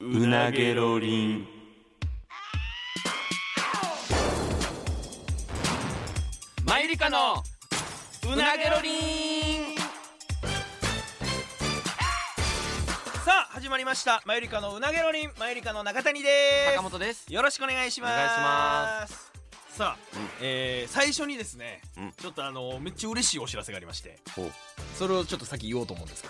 うなげろりんマユリカのうなげろりんさあ始まりましたマユリカのうなげろりんマユリカの中谷で坂本ですすよろしくお願いしますお願いしまさあ、うんえー最初にですね、うんちょっとあのめっちゃ嬉しいお知らせがありましてほうそれをちょっと先言おうと思うんですけ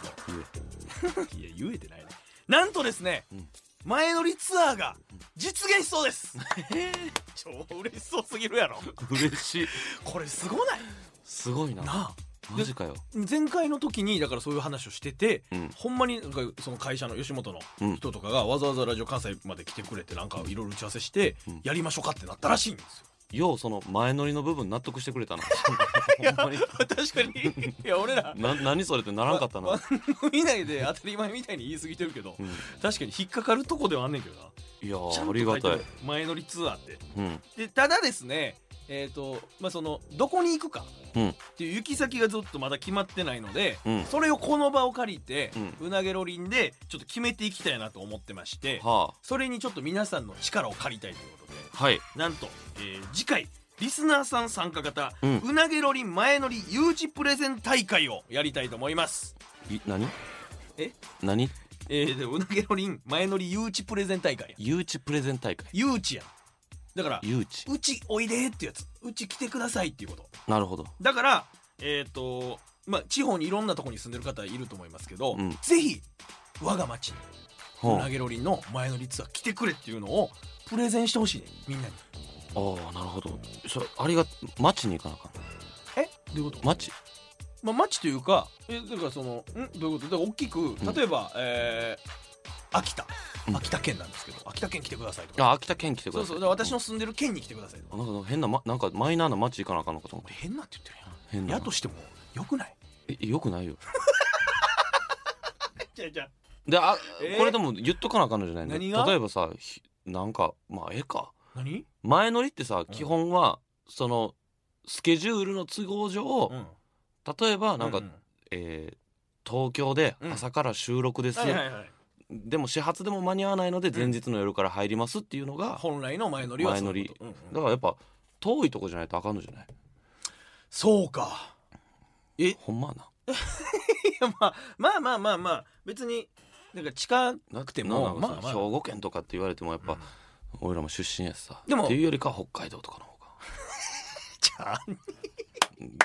どいや言えてないねなんとですね、うん前乗りツアーが実現しそうです、 超嬉しそうすぎるやろ嬉しいこれすごないすごいななあマジかよ前回の時にだからそういう話をしてて、うんほんまになんかその会社の吉本のうん人とかがわざわざラジオ関西まで来てくれてなんかいろいろ打ち合わせしてうんやりましょうかってなったらしいんですよ。ようその前乗りの部分納得してくれたなほんまに確かにいや俺らな何それってならんかったな、わ番組内で当たり前みたいに言い過ぎてるけどうん、確かに引っかかるとこではあんねんけどないやちゃんーあとり書がいてたあいる、前乗りツアーってうん、でただですねえっ、とまあそのどこに行くかうんっていう行き先がずっとまだ決まってないので、うんそれをこの場を借りて、うなげろりんでちょっと決めていきたいなと思ってまして、はそれにちょっと皆さんの力を借りたいということであはいなんと、えー次回リスナーさん参加型、ううんなげろりん前乗り U 字プレゼン大会をやりたいと思います。い何え何えー、でうなげろりん前乗り U 字プレゼン大会や。誘致プレゼン大会 U 字やん。だから、誘致うちおいでってやつ。うち来てくださいっていうこと。なるほどだから、えっ、と、まあ、地方にいろんなとこに住んでる方いると思いますけど、うんぜひ、我が町に、ほううなげろりんの前乗りツアー来てくれっていうのをプレゼンしてほしいね、みんなに。ああなるほどそれありが町に行かなあかんえどういうこと町まあ、マッチというか、え、だからその、んどういうことだから大きく、例えば、えー秋田うん。秋田県なんですけど、秋田県来てくださいとか。あ秋田県来てくだそさうそう、いだから私の住んでる県に来てくださいとか。あなんか変な、ま、なんかマイナーな町行かなあかんのかと思っ俺て変なって言ってる変や。なんやとしても、よくないえよくないよじゃじゃであ、えーこれでも言っとかなあかんのじゃないの何が例えばさひなんかまあええか何前乗りってさ基本は、そのスケジュールの都合上、うん。例えばなんか、うえー東京でうん朝から収録です、はいはいはい。でも始発でも間に合わないので前日の夜から入りますっていうのが、本来の前乗りはそういうことうんうんだからやっぱ遠いとこじゃないとあかんのじゃないそうか。 ほんまやないや、まあ、まあまあまあまあ、別に、なんか近なくても、なんかまさあまあ兵庫県とかって言われてもやっぱ、うん俺らも出身やしさでもっていうよりかは北海道とかの方がちゃう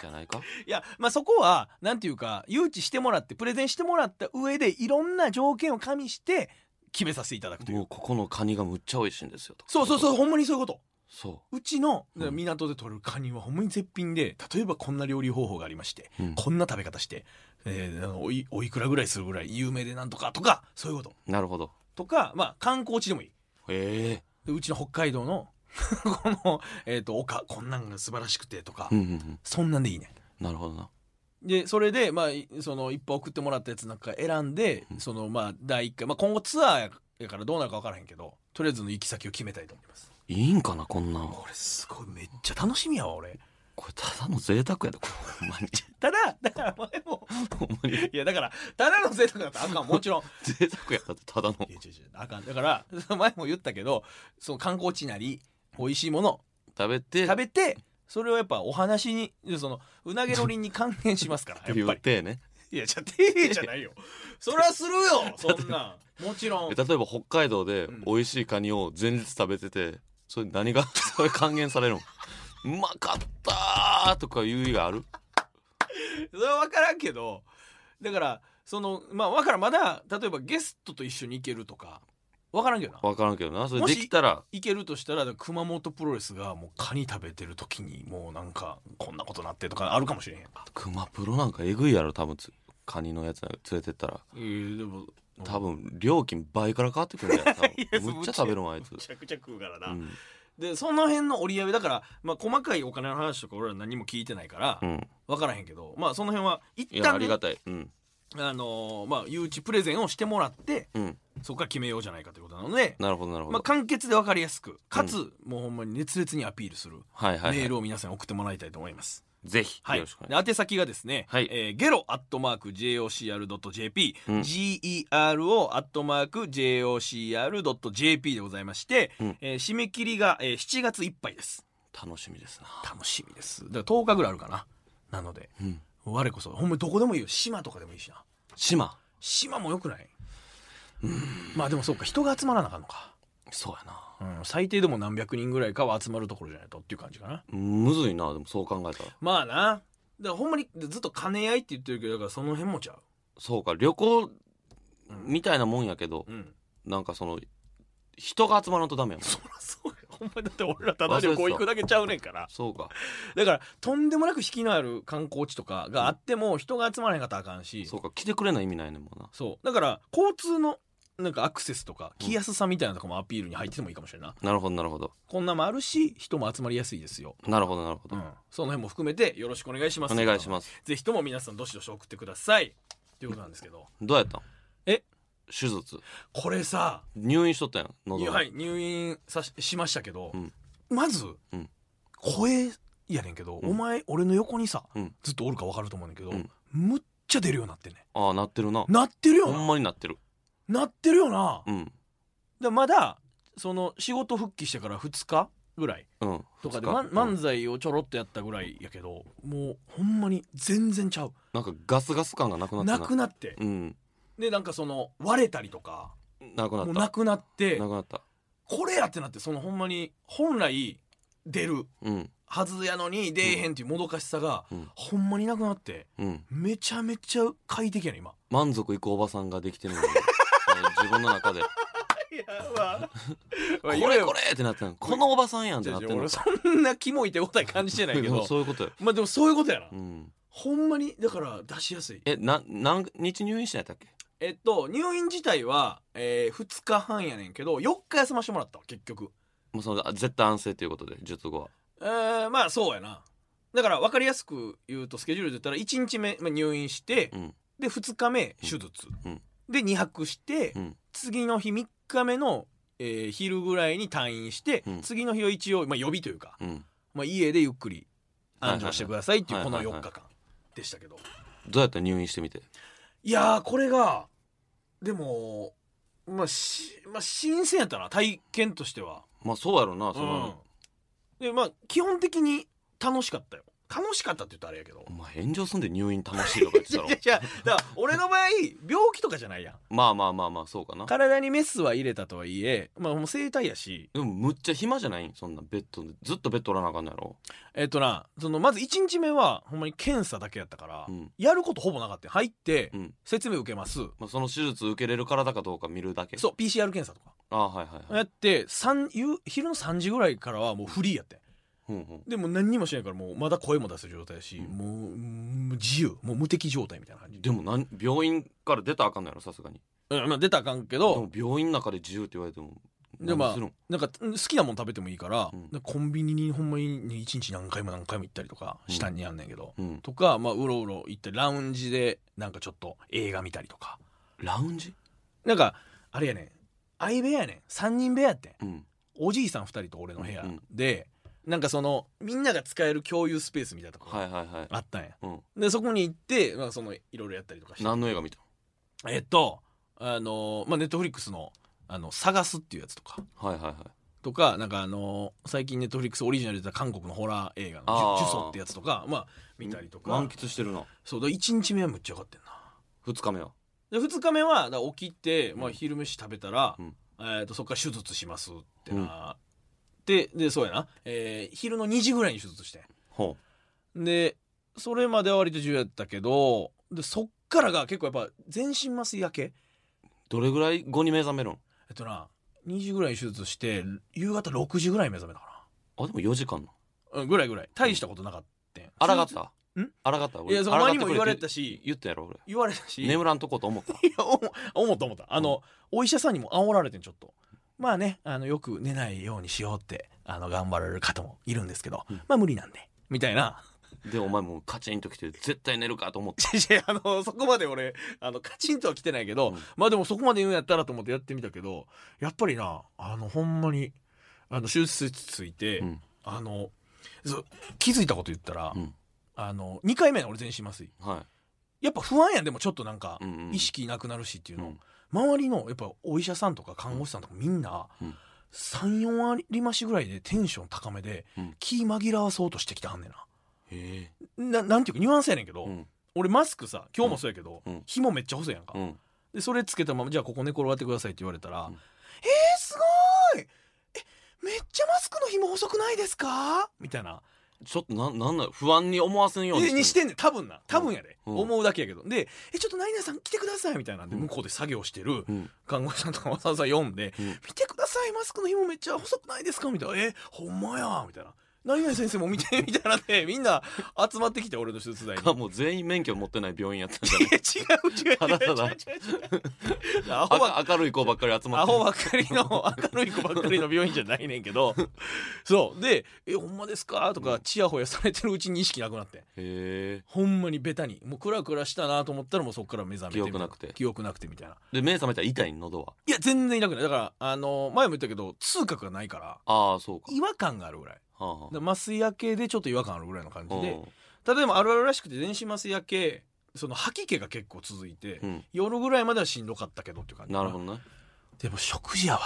じゃないかいや、まあ、そこは、なんていうか、誘致してもらって、プレゼンしてもらった上で、いろんな条件を加味して、決めさせていただくといもう。うここのカニがむっちゃ美味しいんですよとかそうそうそう、うほんまにそういうこと。そうちのうん港で取れるカニはほんまに絶品で、例えばこんな料理方法がありまして、う、うん、こんな食べ方して、えーあのおい、おいくらぐらいするぐらい有名でなんとかとか、そういうこと。なるほどとか、まあ、観光地でもいい。えでうちの北海道の この、えー、と丘こんなんが素晴らしくてとか、えうんうんうんそんなんでいいねなるほどなでそれでまあいそのいっぱい送ってもらったやつなんか選んで、うんそのまあ第一回、まあ、今後ツアーやからどうなるか分からへんけどとりあえずの行き先を決めたいと思いますいいんかなこんなんこれすごいめっちゃ楽しみやわ俺これただの贅沢やでこれほんまにただだから前もほんまにいやだからただの贅沢だったらあかんもち ろん贅沢やったってただのいや違う違うあかんだから前も言ったけどその観光地なり美味しいもの食べて食べてそれをやっぱお話にそのうなげのりに還元しますからっやてっ言ぱっりてね いやじゃあ丁寧じゃないよそりゃするよそ んなんもちろんえ例えば北海道でうん美味しいカニを前日食べててそれ何がそれ還元されるのうまかったーとかいう意があるそれは分からんけどだからそのまあ分からんまだ例えばゲストと一緒に行けるとか分からんけどな分からんけどなそれもでしきたら行けるとしたらだから熊本プロレスがもうカニ食べてる時にもうなんかこんなことなってとかあるかもしれへんやんか、熊プロなんかえぐいやろ多分つカニのやつなんか連れてったらえー、でも多分料金倍から変わってくるんだよ多 いや分むっちゃ食べるもんあいつむ、ちゃくちゃ食うからな、うんでその辺の折り合いだから、まあ、細かいお金の話とか俺ら何も聞いてないから、うん、分からへんけどまあその辺は一いやあ旦りね、がたいうんあのーまあ誘致プレゼンをしてもらってうんそこから決めようじゃないかということなので、なるほどなるほど、まあ、簡潔で分かりやすくかつ、もうほんまに熱烈にアピールするはいはい、はい、メールを皆さんに送ってもらいたいと思います。ぜひはい、よろしくお願いしまで宛先がですね、はいえーゲロアットマーク JOCR.JP、うん GERO アットマーク JOCR.JP でございまして、うんえー締め切りが、えー7月いっぱいですす楽しみですな、楽しみですだから10日ぐらいあるかななのでうん、我こそほんまにどこでもいいよ島とかでもいいしな島島もよくないまあでもそうか人が集まらなあかんのか、そうやなうん、最低でも何百人ぐらいかは集まるところじゃないとっていう感じかなむずいなでもそう考えたらまあなだからほんまにずっと兼ね合いって言ってるけどだからその辺もちゃうそうか旅行うんみたいなもんやけど、うんなんかその人が集まらんとダメやもんそりゃそうよほんまだって俺らただ旅行行くだけちゃうねんからそうかだからとんでもなく引きのある観光地とかがあっても人が集まらへんかったらあかんしそうか来てくれない意味ないねんもんなそうだから交通のなんかアクセスとかうん来やすさみたいなとかもアピールに入っててもいいかもしれんないな、なるほどなるほどこんなんもあるし人も集まりやすいですよ、なるほどなるほうど、ん、その辺も含めてよろしくお願いしますお願いしますすぜひとも皆さんどしどし送ってくださいということなんですけどどうやったんえ手術これさ入院しとったやん喉のはい入院さししましたけど、うんまず、うん声やねんけど、うんお前俺の横にさ、うんずっとおるか分かると思うねんだけど、うんむっちゃ出るようになってんねああなってるななってるよほな、んまになってるなってるよな、うんでまだその仕事復帰してから2日ぐらいうんとかで、二日ま漫才をちょろっとやったぐらいやけどもうほんまに全然ちゃうなんかガスガス感がなくなっなたくなってうんでなんかその割れたりとかなくなもっうたなくなってなくなったこれやってなってそのほんまに本来出るうんはずやのに出えへんっていうもどかしさが、うんほんまになくなってうんめちゃめちゃ快適やね今満足いくおばさんができてる のにそう自分の中で「や ばこれこれ!」ってなってんのこのおばさんやんってなってん俺のそんなキモい手応え感じてないけど そういうことよ、まあでもそういうことやな、うん、ほんまにだから出しやすいえな何日入院してたっけえっと入院自体は、え2日半やねんけど4日休ませてもらったわ結局もうそのあ絶対安静ということで術後はえーまあそうやなだから分かりやすく言うとスケジュールで言ったら1日目、まあ、入院して、うんで2日目手術、うんで2泊して、うん次の日3日目の、えー昼ぐらいに退院して、うん次の日は一応、まあ、予備というか、うんまあ、家でゆっくり安生してくださいっていうはいこはいはのい4日間でしたけどどうやった入院してみていやーこれがでも、まあ、しまあ新鮮やったな体験としては。まあそうやろなそうんの、、でまあ基本的に楽しかったよ楽しかったって言ったらあれやけどお前炎上すんで入院楽しいとか言っいてや いやたろいやだから俺の場合病気とかじゃないやんまあまあまあまあそうかな体にメスは入れたとはいえまあもう生体やしでもむっちゃ暇じゃないそんなベッドでずっとベッドおらなあかんのやろえっとなそのまず1日目はほんまに検査だけやったから、うんやることほぼなかったよ入ってうん説明受けます、まあ、その手術受けれる体かどうか見るだけそう PCR 検査とかああはいはいはやいって三夕昼の3時ぐらいからはもうフリーやってうんうんでもう何にもしないからもうまだ声も出せる状態やし、うんもうもう自由もう無敵状態みたいな感じでもなん病院から出たらあかんのやろさすがにうんまあ、出たらあかんけでども病院の中で自由って言われてもでま何あするんなんかうん好きなもん食べてもいいから、うんなんかコンビニにほんまに一日何回も何回も行ったりとかうん下にやんねんけど、うんとか、まあ、うろうろ行ってラウンジでなんかちょっと映画見たりとかラウンジなんかあれやねん相部屋やねん3人部屋やってんうんおじいさん2人と俺の部屋うんで、なんかそのみんなが使える共有スペースみたいなとこはいがはいはいあったんや、うんでそこに行って、まあ、そのいろいろやったりとかして何の映画見たえっとあのまあネットフリックスの「あの探す」っていうやつとかはいはいはいとかなんかあのー最近ネットフリックスオリジナルで出た韓国のホラー映画のあ「ージュジュソ」ってやつとかまあ見たりとか満喫してるなそうだ1日目はむっちゃよかったんな2日目はで2日目はだから起きて、まうあ、ん昼飯食べたら、うんえー、とそこから手術しますってなって、でそうやな、えー昼の2時ぐらいに手術してほでそれまでは割と重要やったけどでそっからが結構やっぱ全身麻酔明けうどれぐらい後に目覚めるんえっとな2時ぐらいに手術して夕方6時ぐらいに目覚めたかあでも4時間なな、うん、ぐらいぐらい大したことなかったんあらがったんあらがったいや、その抗っ前てにくもれ言われたしし、言ったやろ俺言われたし、眠らんとこと思ったいや、思思った思った。あの、お医者さんにも煽られてん、ちょっと。まあね、あの、よく寝ないようにしようって、あの、頑張られる方もいるんですけど、うんまあ無理なんで、みたいな。 でお前もうカチンときて絶対寝るかと思って違う違うあの、そこまで俺、あの、カチンとは来てないけど、うんまあでもそこまで言うんやったらと思ってやってみたけど、やっぱりな、あの、ほんまに、あの、手術室ついて、うんあの、ず気づいたこと言ったら、うんあの2回目の俺全身麻酔はやっぱ不安やんでもちょっとなんかい、うんうん、意識なくなるしっていうの、うん周りのやっぱお医者さんとか看護師さんとかみんな、うん34ありましぐらいでテンション高めで、うん気紛らわそうとしてきてはんねんなへえななんていうかニュアンスやねんけど、うん俺マスクさ今日もそうやけど、うん紐めっちゃ細いやんか、うんでそれつけたままじゃあここ寝転がってくださいって言われたら、うんえー、すごーいえめっちゃマスクの紐細くないですかみたいなちょっとなんなんだ不安に思わせんようにえにしてんねん多分な多分やで、うん思うだけやけどで「えちょっと何々さん来てください」みたいなんでうん向こうで作業してるうん看護師さんとかわざわざ読んでうん「見てくださいマスクの紐めっちゃ細くないですか?」みたいな「えほんまや」みたいな「何々先生も見 て」みたいなんでみんな集まってきて俺の手伝いに。かもう全員免許持ってない病院やったんじゃいないや違う違う違う違う違うただただ違う アホばっあ明るい子ばっかり集まアってホばっかりの明るい子ばっかりの病院じゃないねんけ どそうで「えほんまですか?」とかチヤホヤされてるうちに意識なくなってへえほんまにベタにもうクラクラしたなと思ったらもうそっから目覚めて記憶なくて記憶なくてみたいなで目覚めたら痛い喉はいや全然いなくないだからあの前も言ったけど痛覚がないからああそうか違和感があるぐらいはあはあだから麻酔明けでちょっと違和感あるぐらいの感じでうただでもあるあるらしくて全身麻酔明けその吐き気が結構続いて、ん夜ぐらいまではしんどかったけどっていう感うんじなるほどねでも食事やわ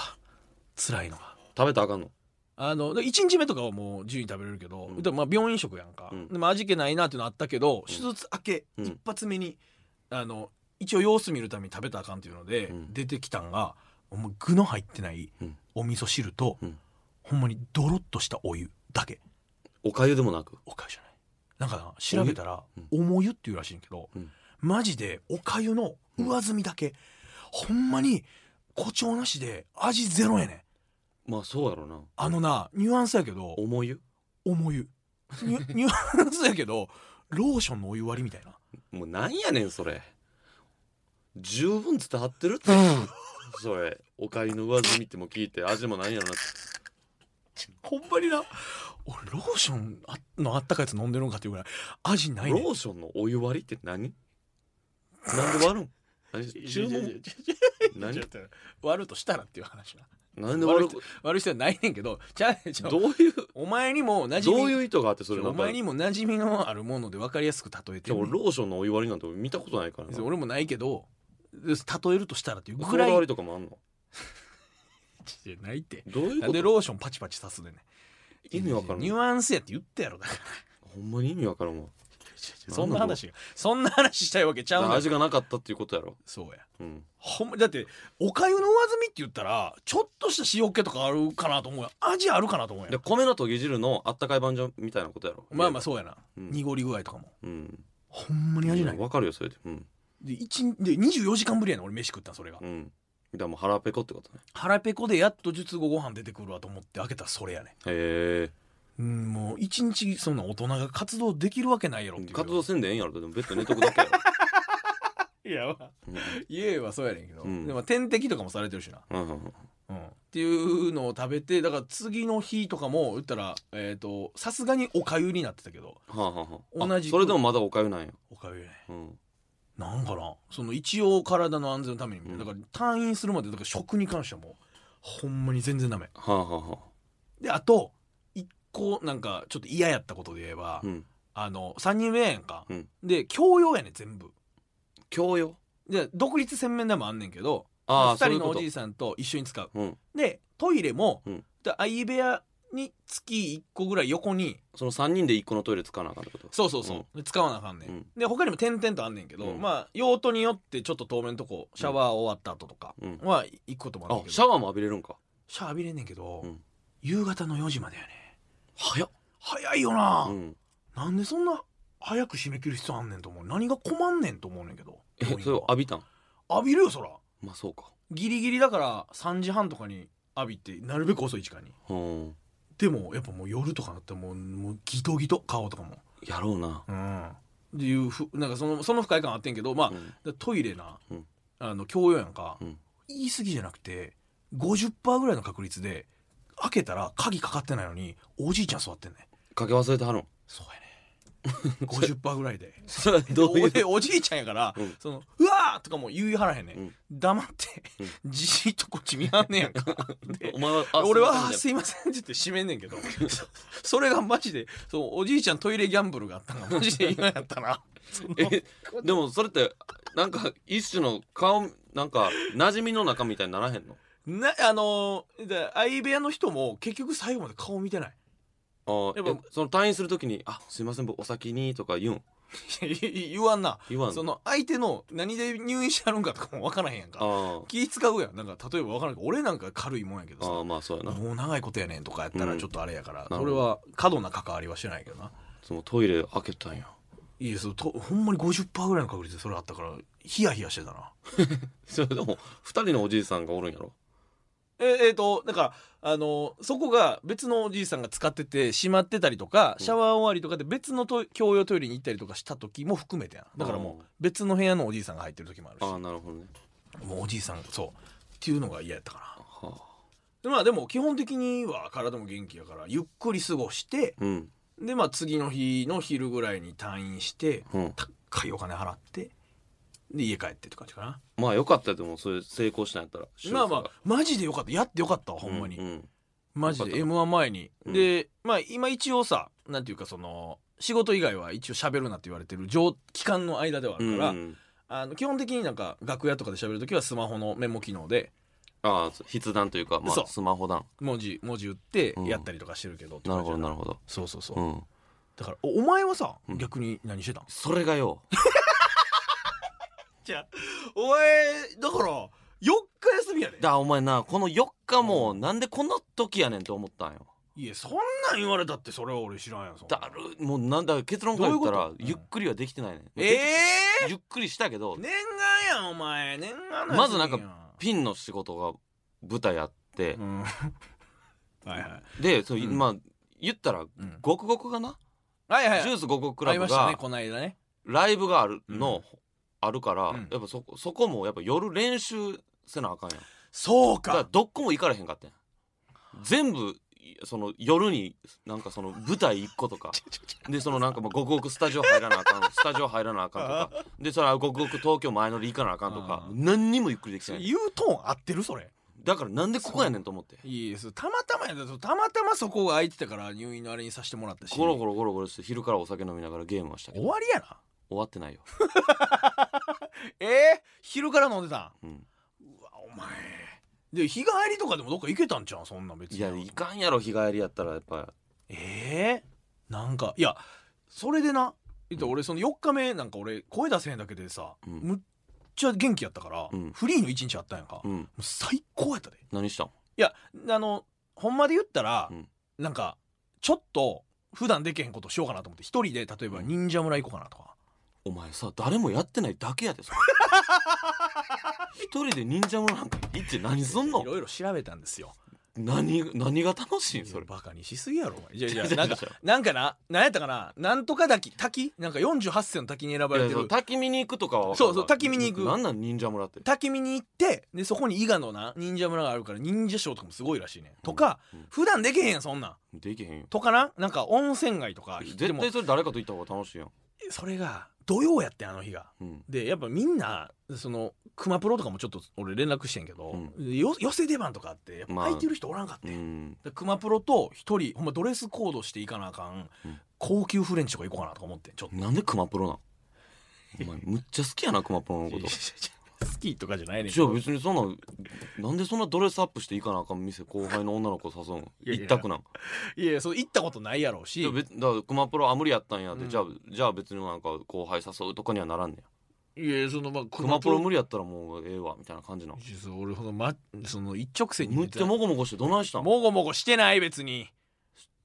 辛いのが食べたらあかんのあの1日目とかはもう自由に食べれるけど、うんでもまあ病院食やんか、うんでも味気ないなっていうのあったけど、うん手術明け、うん一発目にあの一応様子見るために食べたらあかんっていうので、うん出てきたんがもう具の入ってないうんお味噌汁と、うんほんまにドロッとしたお湯だけおかゆでもなくおかゆじゃないなんかな調べたらお重湯っていうらしいんやけど、うんマジでおかゆの上積みだけ、ほんまに誇張なしで味ゼロやねんまあそうやろなあのなニュアンスやけど重湯重湯ニュ ニュアンスやけどローションのお湯割りみたいなもうなんやねんそれ十分伝わってるって それおかゆの上積みっても聞いて味もないやろなってほんまにな俺ローションあのあったかいやつ飲んでるんかっていうぐらい味ないロねんーションのお湯割りって何なんで割るん何い注やいやい文やいやいやいやいやいやいやい何やいや割るとしたらっていう話ななんで割る割る必要はないねんけどちゃうねんちゃうどういうお前にも馴染みどういう意図があってそれお前にもも馴染みのあるもので分かりやすく例えてでんねもんローションのお湯割りなんて見たことないからな俺もないけど例えるとしたらっていうソぐーらダい割りとかもあんのじゃないってどういうなこんでとローションパチパチさすでね意味わからんニュアンスやって言ったやろだからほんまに意味わからんわそんな話がそんな話したいわけちゃだうからの味がなかったっていうことやろそうやうんほんまだっておかゆの上積みって言ったらちょっとした塩気とかあるかなと思うやん味あるかなと思うやでん米のとぎ汁のあったかいバージョンみたいなことやろまあまああそうやな、うん濁り具合とかもうんほんまに味ないわかるよそれでうんで一日で24時間ぶりやねん俺飯食ったんそれが、うんだからもう腹ペコってことね腹ペコでやっと術後ご飯出てくるわと思って開けたらそれやねんへうん、もう一日そんな大人が活動できるわけないやろってえいう活動せんでええんやろでもベッド寝とくだけ やろいや、まあ、うん家はそうやねんけど、うんでも点滴とかもされてるしな、うんうんうんうん、っていうのを食べてだから次の日とかも言ったらえっ、とさすがにおかゆになってたけどはあはあはあ同じあそれでもまだおかゆなんやおかゆやねうんなんかなその一応体の安全のためにみたいなうだから退院するまでだから食に関してはもうほんまに全然ダメはあはあはであと一個なんかちょっと嫌やったことで言えば、あうんあの3人目やんか、うんで教養やねん全部教養で独立洗面台もあんねんけどああ2そうい人うのこおとじいさんと一緒に使ううんでトイレも、うんで相部屋に月1個ぐらい横にその三人で一個のトイレ使わなあかんってことそうそうそう、で使わなあかんねん、うんで他にも点々とあんねんけど、うんまあ用途によってちょっと遠目のとこシャワー終わった後とかうんは行くこともあるあけど、シャワーも浴びれるんかシャワー浴びれんねんけど、うん夕方の4時までやね早っ早いよな、うんなんでそんな早く締め切る必要あんねんと思う何が困んねんと思うねんけどえそ病院れはを浴びたん浴びるよそらまあそうかギリギリだから3時半とかに浴びてなるべく遅い時間にうんでもやっぱもう夜とかなってもうもうギトギト顔とかもやろうなうんっていうふなんかそのその不快感あってんけどまあ、うんだトイレな、うんあの教養やんか、うん言い過ぎじゃなくて50%ぐらいの確率で開けたら鍵かかってないのにおじいちゃん座ってんねかけ忘れてはるんそうやね 50%ぐらいでそれは どういうでおじいちゃんやから、うんそのうわーとかも言いはらへんね、うん黙って、じーっとこっち見はんねやん かでお前は俺は「ああすすいません」って言って閉めんねんけど そそれがマジでそうおじいちゃんトイレギャンブルがあったのがマジで嫌やったな そのいませんえでもそれってなんか一種の顔なんか馴染みの中みたいにならへんのなあのーだから相部屋の人も結局最後まで顔見てない あややっぱその退院するときに「あすいません僕お先に」とか言うん言わんな言わんのその相手の何で入院してはるんかとかも分からへんやんかあ気使うやんなんか例えば分からんけど俺なんか軽いもんやけどあさああまあそうやなもう長いことやねんとかやったらうんちょっとあれやから、ほどそれは過度な関わりはしてないけどなそのトイレ開けたんやいいやそうとほんまに50%ぐらいの確率でそれあったからヒヤヒヤしてたなそれでも二人のおじいさんがおるんやろええーとだからあのそこが別のおじいさんが使っててしまってたりとかシャワー終わりとかで別のトイ共用トイレに行ったりとかした時も含めてやなだからもうあー別の部屋のおじいさんが入ってる時もあるしああなるほどねもうおじいさんそうっていうのが嫌やったかなはあでまあでも基本的には体も元気やからゆっくり過ごしてうんでまあ次の日の昼ぐらいに退院してうん高いお金払ってで家帰ってって感じかなまあよかったよでもそれ成功したんやったらまあまあマジでよかったやってよかったわほんまに、うんうんマジでよ m 1前に、うんでまあ今一応さなんていうかその仕事以外は一応喋るなって言われてる上期間の間ではあるから、うんうんあの基本的になんか楽屋とかで喋るときはスマホのメモ機能でああそう筆談というか、まそうあ、スマホ談文字文字打ってうんやったりとかしてるけど、なるほどなるほどそうそうそう、うんだからおお前はさ、うん逆に何してたんそれがよ じゃあお前だから4日休みやでだお前なこの4日もなんでこの時やねんと思ったんよいやそんなん言われたってそれは俺知らんやんそんなんだるもうなんだ結論から言ったらどういうことうんゆっくりはできてないねんええゆっくりしたけど、念願やんお前念願のまずなんか休みやピンの仕事が舞台あってう、ん はいはい、でそう、うんまあ言ったらうん、ごくごくがな、はいはいジュースごくクあラりブましたが、ねこの間ねライブがあるの、あるから、うんやっぱそこそこもやっぱ夜練習せなあかんやんそうだからかどっこも行かれへんかったん全部その夜になんかその舞台行個と かでそのなんかもうごくごくスタジオ入らなあか んスタジオ入らなあかんとかでそれはごくごく東京前乗り行かなあかんとかあー何にもゆっくりできてない 言うトーン合ってるそれだからなんでここやねんと思っていいですたまたまやだたまたまそこが空いてたから入院のあれにさせてもらったしゴロゴロゴロゴロして昼からお酒飲みながらゲームをしたけど終わりやな終わってないよ、ええ昼から飲んでたうん、んうわお前で日帰りとかでもどっか行けたんじゃんそんなん別にいやいかんやろ日帰りやったらやっぱええなんかいやそれでな言ったら俺その4日目なんか俺声出せへんだけでさ、うんむっちゃ元気やったから、うんフリーの1日あったんやんか、もうんう最高やったでい何したんやあのほんまで言ったら、うんなんかちょっと普段できへんことしようかなと思って一人で例えばうん忍者村行こうかなとか、お前さ誰もやってないだけやでそれ 一人で忍者もなんか行って何すんのいろいろ調べたんですよ何何が楽しいんそれバカにしすぎやろお前いやいや違うなんか違うなんかな何やったかななんとか滝滝なんか48世の滝に選ばいれやてそるう滝見に行くとかは分かるそうそう滝見に行くなんなん忍者村って滝見に行ってでそこに伊賀のな忍者村があるから忍者ショーとかもすごいらしいねんとか、うん普段できへんやんそんなんできへんよとかななんか温泉街とかで絶も対それ誰かと行った方が楽しいやんそれが土曜やってんあの日がうんでやっぱみんなその熊プロとかもちょっと俺連絡してんけど、よ寄せ出番とかあってやっぱまあ空いてる人おらんかって、うでん熊プロと一人ほんまドレスコードしていかなあかん、うん高級フレンチとか行こうかなとか思ってんちょっと。なんで熊プロなんお前むっちゃ好きやな熊プロのこいやいやといや好きとかじゃないねんけじゃどあ別にそんななんでそんなドレスアップして行かなあかん店後輩の女の子誘うんいやいや一択なんいやいやそう行ったことないやろうしじゃあ別だから熊プロあ無理やったんやって、うんじゃあじゃあ別になんか後輩誘うとかにはならんねやいやいやそのまあ熊プロ無理やったらもうええわみたいな感じなのいやそう俺ほど、ま、その一直線にむっちゃもごもごしてどないしたんもごもごしてない別に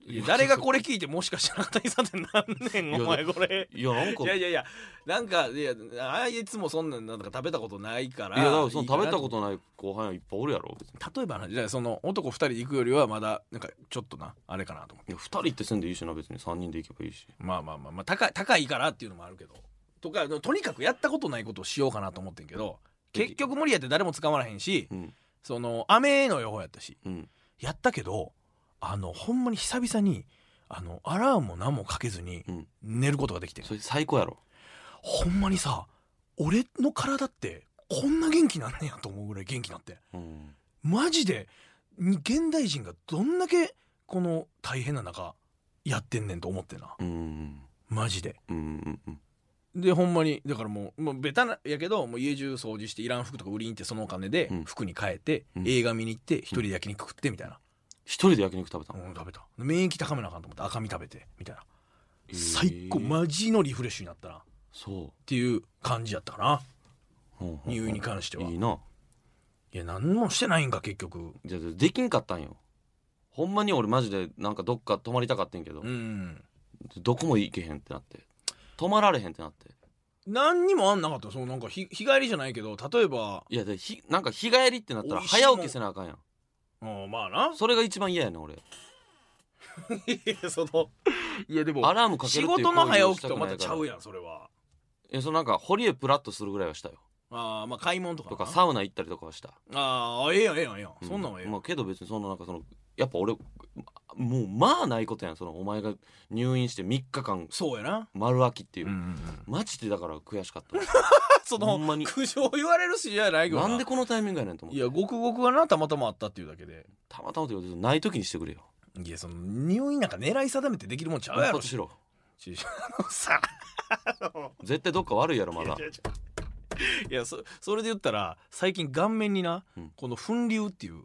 いいやや誰がこれ聞いてもしかしたら谷さんってなんねんお前いこれいやなんかいやいやいやなんかいやあいつもそんなんなんか食べたことないからいやだからその食べたこととない後輩はいっぱいおるやろ別に例えばなじゃあその男2人で行くよりはまだなんかちょっとなあれかなと思っていや2人ってせんでいいしな別に3人で行けばいいしまあまあまあまあ高い高いからっていうのもあるけどとかとにかくやったことないことをしようかなと思ってんけど結局無理やって誰も捕まらへんしうんその雨の予報やったしうんやったけどあのほんまに久々にあのアラームも何もかけずにうん寝ることができて、それ最高やろほんまにさ俺の体ってこんな元気なんねやと思うぐらい元気なってうんマジでに現代人がどんだけこの大変な中やってんねんと思ってなうんマジでうんうんうんでほんまにだからもうもうベタなやけどもう家中掃除していらん服とか売りに行ってそのお金でうん服に変えて、うん映画見に行って一人で焼肉食ってみたいな、一人で焼肉食べたうのん食べた免疫高めなあかんと思って赤身食べてみたいな最高えーマジのリフレッシュになったなっそていう感じやったかなうほうほうほう入院に関してはいいないや何もしてないんか結局じゃあできんかったんよほんまに俺マジでなんかどっか泊まりたかってんけど、うんどこも行けへんってなって泊まられへんってなって何にもあんなかったそのなんか日日帰りじゃないけど例えばいやでひなんか日帰りってなったら美味しい早もん起きせなあかんやんうんまあな それが一番嫌やねん俺いやそのいやでもアラームかけ仕るっていう事の早起きと行為まをしたくないちかゃらうやんそれはいやそのなんか堀江プラッとするぐらいはしたよあーまあ買い物とかとなかサウナ行ったりとかはした、ああええやんええやんええやん、そんなんはええうやん、まあ、けど別にそんななんかそのやっぱ俺もうまあないことやんそのお前が入院して3日間そうやな、丸空きっていう、うんうんうん、マジでだから悔しかっ そほのんまに苦情言われるしじゃないけたどなんでこのタイミングやねんと思っいてやごくごくがなたまたまあったっていうだけでたまたまということでない時にしてくれよいやその入院なんか狙い定めてできるもんちゃうやろとしろち あのさ絶対どっか悪いやろまだいやいやそそれで言ったら最近顔面にな、うんこの粉瘤っていう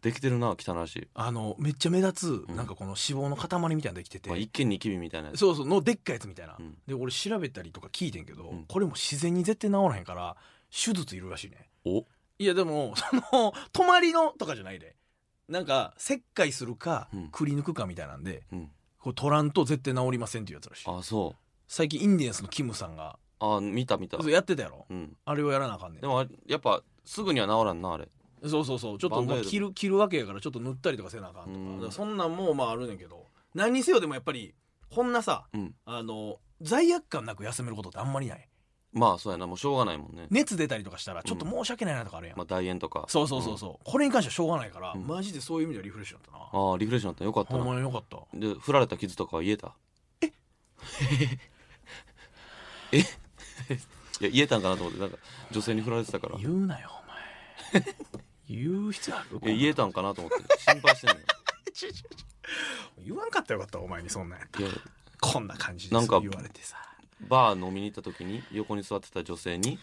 できてるな汚らしい、あのめっちゃ目立つ、うんなんかこの脂肪の塊みたいなのできてて、まあ、一見ニキビみたいなやつそうそうのでっかいやつみたいな、うんで俺調べたりとか聞いてんけど、うんこれも自然に絶対治らへんから手術いるらしいねおいやでも その泊まりのとかじゃないでなんか切開するか、うんくり抜くかみたいなんでうんこう取らんと絶対治りませんっていうやつらしいあそう最近インディアンスのキムさんがあ見た見たそうやってたやろうんあれをやらなあかんねでもあれやっぱすぐには治らんなあれんそうそうそうちょっとバンドまエあイド切る切るわけやからちょっと塗ったりとかせなあかんとかうんだからそんなんもまああるねんけど何にせよでもやっぱりこんなさうんあの罪悪感なく休めることってあんまりないまあそうやなもうしょうがないもんね熱出たりとかしたらちょっと申し訳ないなとかあるやん、まあ大炎とかそうそうそうそう、これに関してはしょうがないから、うんマジでそういう意味ではリフレッシュだったな、ああリフレッシュになったよかったほんなまによかったで振られた傷とかは言えた ええいや言えたんかなと思ってなんか女性に振られてたからいや言うなよ お前言う必要ある言えたんかなと思って心配してんのよ言わんかったらよかったお前にそんなんやったいやこんな感じでなんか言われてさバー飲みに行った時に横に座ってた女性に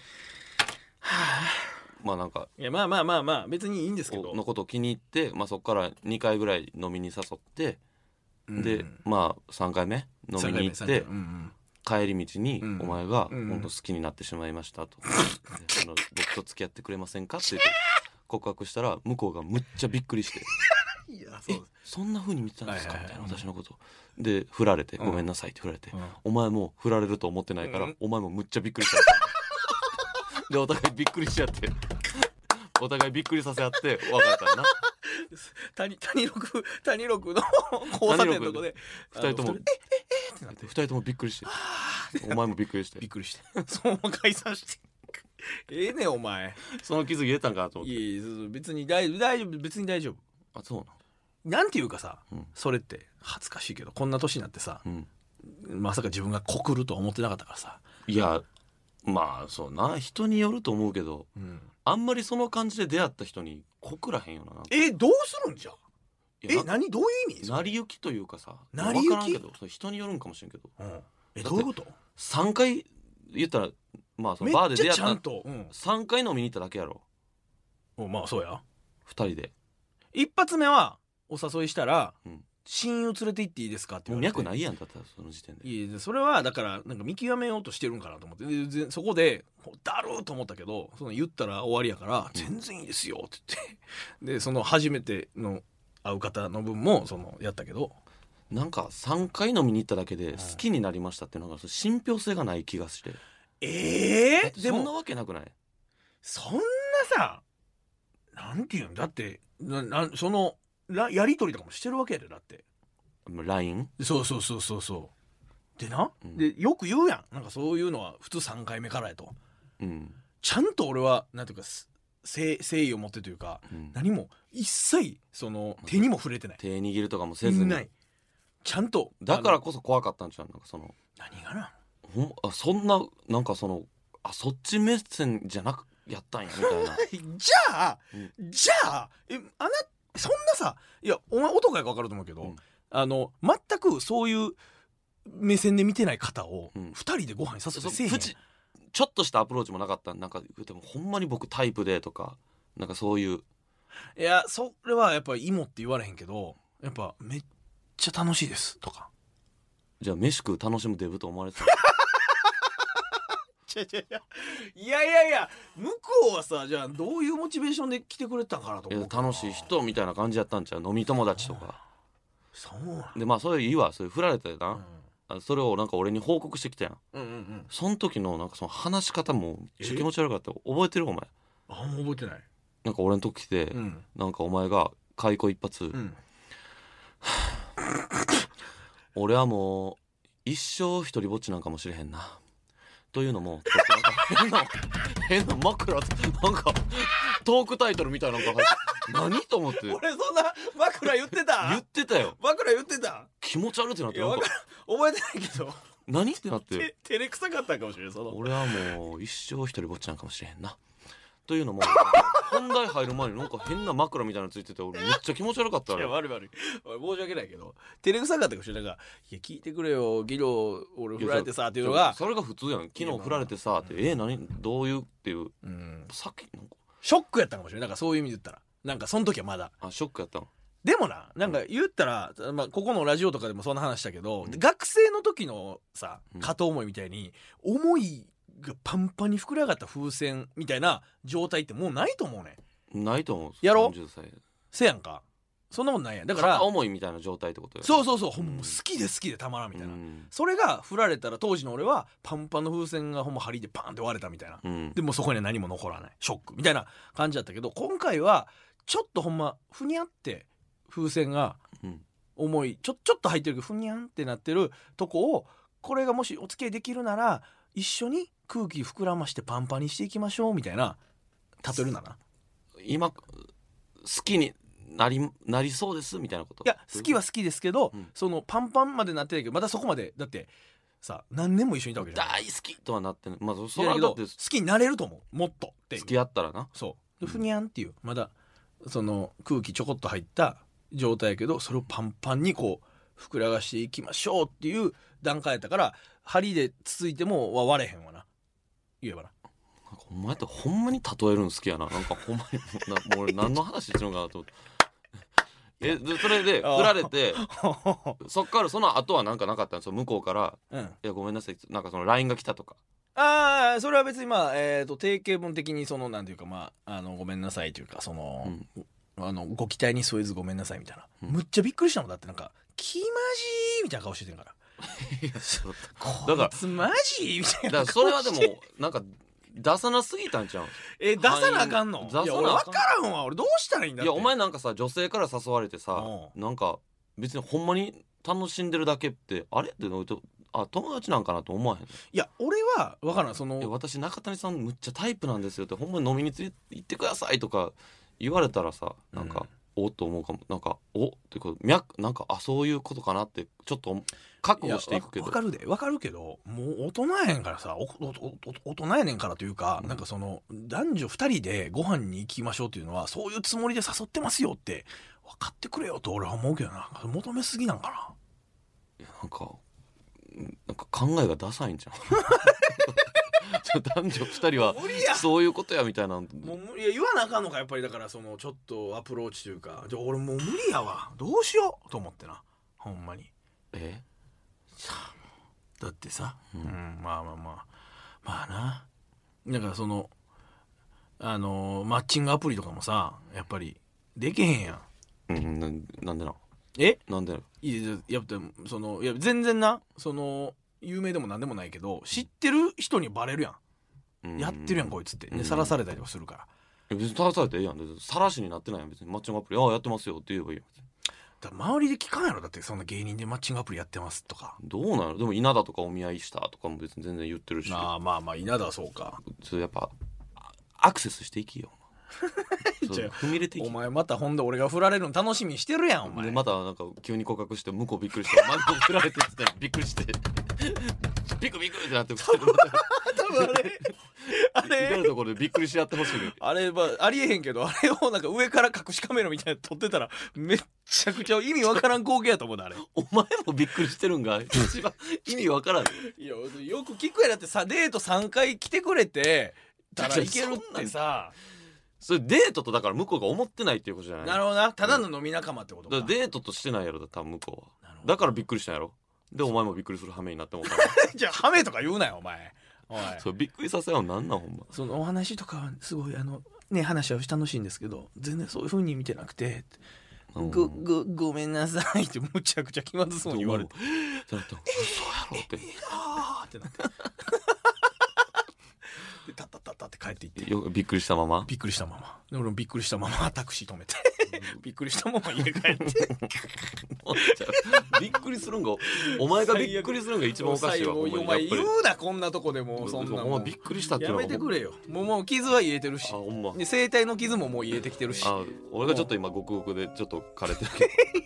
まあなんかいやまあまあまあまあ別にいいんですけどおのことを気に入って、まあ、そこから2回ぐらい飲みに誘って、うんでまあ3回目飲みに行ってうんうん帰り道にうんお前がうん本当好きになってしまいましたと、であの僕と付き合ってくれませんかって言って告白したら向こうがむっちゃびっくりしていや「そうえそんな風に見てたんですか?」はいみはいたはいいな私のことで振られて「うんごめんなさい」って振られてうん「お前もう振られると思ってないから、うんお前もむっちゃびっくりした」でお互いびっくりし合ってお互いびっくりさせ合って別れたんやな谷谷六谷六の交差点のとこで二人ともあので二人ともびっくりしてお前もびっくりしてびっくりしてそのまま解散してええねんお前その傷入れたんかなと思っいてやいやそうそう別に大丈夫大丈夫別に大丈夫あそうなんていうかさ、うんそれって恥ずかしいけどこんな年になってさなん、うん、まさか自分が告るとは思ってなかったからさ、いやまあそうな人によると思うけどあんまりその感じで出会った人に告らへんよななんかえどうするんじゃいえやな何どういう意味成り行きというかさ成り行きわからんけどそう人によるんかもしれんけどうんえだってどういうこと3回言ったらまあそめのバーっでち出ゃ会っちゃんたと、うん3回飲みに行っただけやろおまあそうや2人で一発目はお誘いしたら、うん親友連れて行っていいですかって言もうわれて脈ないやんだったらその時点でいやそれはだからなんか見極めようとしてるんかなと思ってでぜそこでこうだるーと思ったけどその言ったら終わりやから「うん全然いいですよ」って言ってでその初めての会う方の分もそのやったけどなんか3回飲みに行っただけんで好きになりましたっていうのがその信憑性がない気がしてえだえってでそんなもわけなくないそんなさなんていうんだってななんそのらやり取りとかもしてるわけやでだってもう LINE? そうそうそうそうそうでな、うんでよく言うやんなんかそういうのは普通3回目からやとうん、ちゃんと俺はなんていうかす誠誠意を持ってというかうん何も一切その手にも触れてない手握るとかもせずにないちゃんとだかあらのこそ怖かったんじゃんなんかその何がなほんあそんななんかそのあそっち目線じゃなくやったんやみた いなじゃあ、じゃあえあなそんなさいやお前男やから分かると思うけど、うんあの全くそういう目線で見てない方をうん2人でご飯に誘っそてせえへん、プチちょっとしたアプローチもなかったなんかでもほんまに僕タイプでとかなんかそういういやそれはやっぱ「芋」って言われへんけどやっぱ「めっちゃ楽しいです」とかじゃあ飯食う楽しむデブと思 われてたいやいやいやいやいや向こうはさじゃあどういうモチベーションで来てくれたんかなとい思やう楽しい人みたいな感じやったんちゃう飲み友達とかそうなんでまあそれいいわそれ振られたような、んあそれをなんか俺に報告してきたやんうんうんうんその時のなんかその話し方もめっちゃ気持ち悪かった覚えてるお前あんま覚えてないなんか俺の時来て、んなんかお前が開口一発、うん俺はもう一生一人ぼっちなんかもしれへんなというのもちょっとなんか変な変な枕なんかトークタイトルみたいなのが入って何と思って言俺そんな枕言ってったてたよ枕言ってた気持ち悪いってなっいてやなんわかか覚えてないけど何ってなってて照れくさかったんかもしれないその俺はもう一生一人ぼっちなんかもしれへんなというのも本題入る前になんか変な枕みたいなのついてて俺めっちゃ気持ち悪かったあいれや悪い悪い俺申し訳ないけど照れくさかったかもしれないから「いや聞いてくれよギロ俺振られてさ」っていうのがそれが普通やん昨日振られてさってえ何どういうっていううんさっきなんかショックやったかもしれないなんかそういう意味で言ったらなんかその時はまだあショックやったのでもななんか言ったら、まあ、ここのラジオとかでもそんな話したけど、学生の時のさうん片思いみたいに思いがパンパンに膨れ上がった風船みたいな状態ってもうないと思うねんないと思うやろ30歳せやんかそんなもんないやんだだかからら思いみたいな状態ってことよそううそうそうほんまんもう好きで好きでたまらんみたいな、うんそれが振られたら当時の俺はパンパンの風船がほんま針でパンって割れたみたいなうんでもうそこには何も残らないショックみたいな感じだったけど今回はちょっとほんまふにゃって風船がうん重いちょちょっと入ってるけどふにゃんってなってるとこをこれがもしお付き合いできるなら一緒に空気膨らましてパンパンにしていきましょうみたいな例えるなら今好きになりなりそうですみたいなこといや好きは好きですけど、うんそのパンパンまでなってないけどまたそこまでだってさ何年も一緒にいたわけじゃん大好きとはなってないまあそいそれやだはけだどって好きになれると思うもっとっていう付き合ったらなそうでうんふにゃんっていうまだその空気ちょこっと入った状態やけどそれをパンパンにこう膨らがしていきましょうっていう段階やったから針でつついてもは割れへんわな言えばななんかお前ってほんまに例えるん好きやななんかほんまにもうなもう俺何の話してるのかなと思ってえでそれで振られてそっからその後はなんかなかったんですよ向こうからうん、あ「いやごめんなさい」なんかその LINE が来たとか あそれは別にまあ、えー、と定型文的にそのなんていうかまああのごめんなさいというかその、うんあのご期待に添えずごめんなさいみたいな、うんむっちゃびっくりしたもんだってなんか「気まじー」みたいな顔しててんから「だからこいつマジ?」みたいだかならそれはでもなんか出さなすぎたんちゃうえ出さなあかんのはいいや出さ俺なあ分かんからんわ俺どうしたらいいんだっいてやお前なんかさ女性から誘われてさうなんか別にほんまに楽しんでるだけってあれってのとあ友達なんかなと思わへんいや俺は分からんそえの私中谷さんむっちゃタイプなんですよってほんまに飲みについ行ってくださいとか言われたらさなんか、おっと思うかもなんかおってこう脈なんかあそういうことかなってちょっと覚悟していくけど分かるで分かるけどもう大人やねんからさおおおお大人やねんからというか、うんなんかその男女2人でご飯に行きましょうっていうのはそういうつもりで誘ってますよって分かってくれよと俺は思うけどな求めすぎなんかな。なんかうんなんか考えがダサいんじゃん ちょ男女二人は無理やそういうことやみたいもなう無理や言わなあかんのかやっぱりだからそのちょっとアプローチというかじゃあ俺もう無理やわどうしようと思ってなほんまにえだってさ、ううんんまあまあまあまあなだからそのあのーマッチングアプリとかもさやっぱりできへんやんうんなんなんでなえなんでないややっぱそのいや全然なその有名でも何でもないけど知ってる人にバレるやん、うんやってるやんこいつってうでんさらされたりとかするからいや別に晒されてええやん別に晒しになってないやん別にマッチングアプリああやってますよって言えばいいやんだから周りで聞かんやろだってそんな芸人でマッチングアプリやってますとかどうなのでも稲田とかお見合いしたとかも別に全然言ってるしああまあまあ稲田はそうかそれやっぱあアクセスしていきよ そうちょ踏み入れていおき前またほんで俺が振られるの楽しみにしてるやんお前でまたなんか急に告白して向こうびっくりして「マンコ振られて」っつったらびっくりしてビクビクってなって二人また多分あ れあ至れるところでびっくりし合ってほしいねあれまあありえへんけどあれをなんか上から隠しカメラみたいなの撮ってたらめっちゃくちゃ意味わからん光景やと思うなあれお前もびっくりしてるんが一番意味わからんいやよく聞くやだってさデート3回来てくれてたらいけるってさそれデートとだから向こうが思ってないっていうことじゃないなるほどなただの飲み仲間ってことかだからデートとしてないやろ多分向こうなるはほどだからびっくりしたんやろでお前もびっくりする羽目になってもうたじゃあハメとか言うなよお前おいそうびっくりさせようなんなんほんまそのお話とかはすごいあのね話は楽しいんですけど全然そういうふうに見てなくてうんごごごめんなさいってむちゃくちゃ気まずそうに言われてそうやったら嘘やろってあーってなってでタッタッタッタって帰っていってよびっくりしたままびっくりしたままで俺もびっくりしたままタクシー止めてびっくりしたまま家帰 ってびっくりするんがお前がびっくりするんが一番おかしいわもほうんま最後おに前やっ言ぱうなこんなとこでもうりそんなおもん前びっくりしたっていうやのはめてくれよもうもう傷は癒えてるしあほんまで生体の傷ももう癒えてきてるしあ俺がちょっと今ごくごくでちょっと枯れてる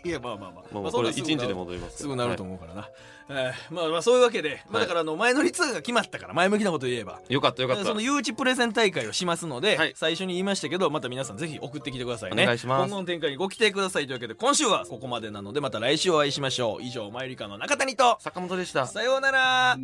けいやまあまあ まあどまあまあそこんれなん一すぐ日で治る戻りますけすどぐなると思うからな、えーまあまあそういうわけで、まあ、はだいからあの前乗りツアーが決まったから前向きなこと言えばはいよかったよかったその誘致プレゼン大会をしますので、はい最初に言いましたけどまた皆さんぜひ送ってきてくださいねお願いします今後の展開にご期待くださいというわけで今週はここまでなのでまた来週お会いしましょう以上マユリカの中谷と坂本でしたさようなら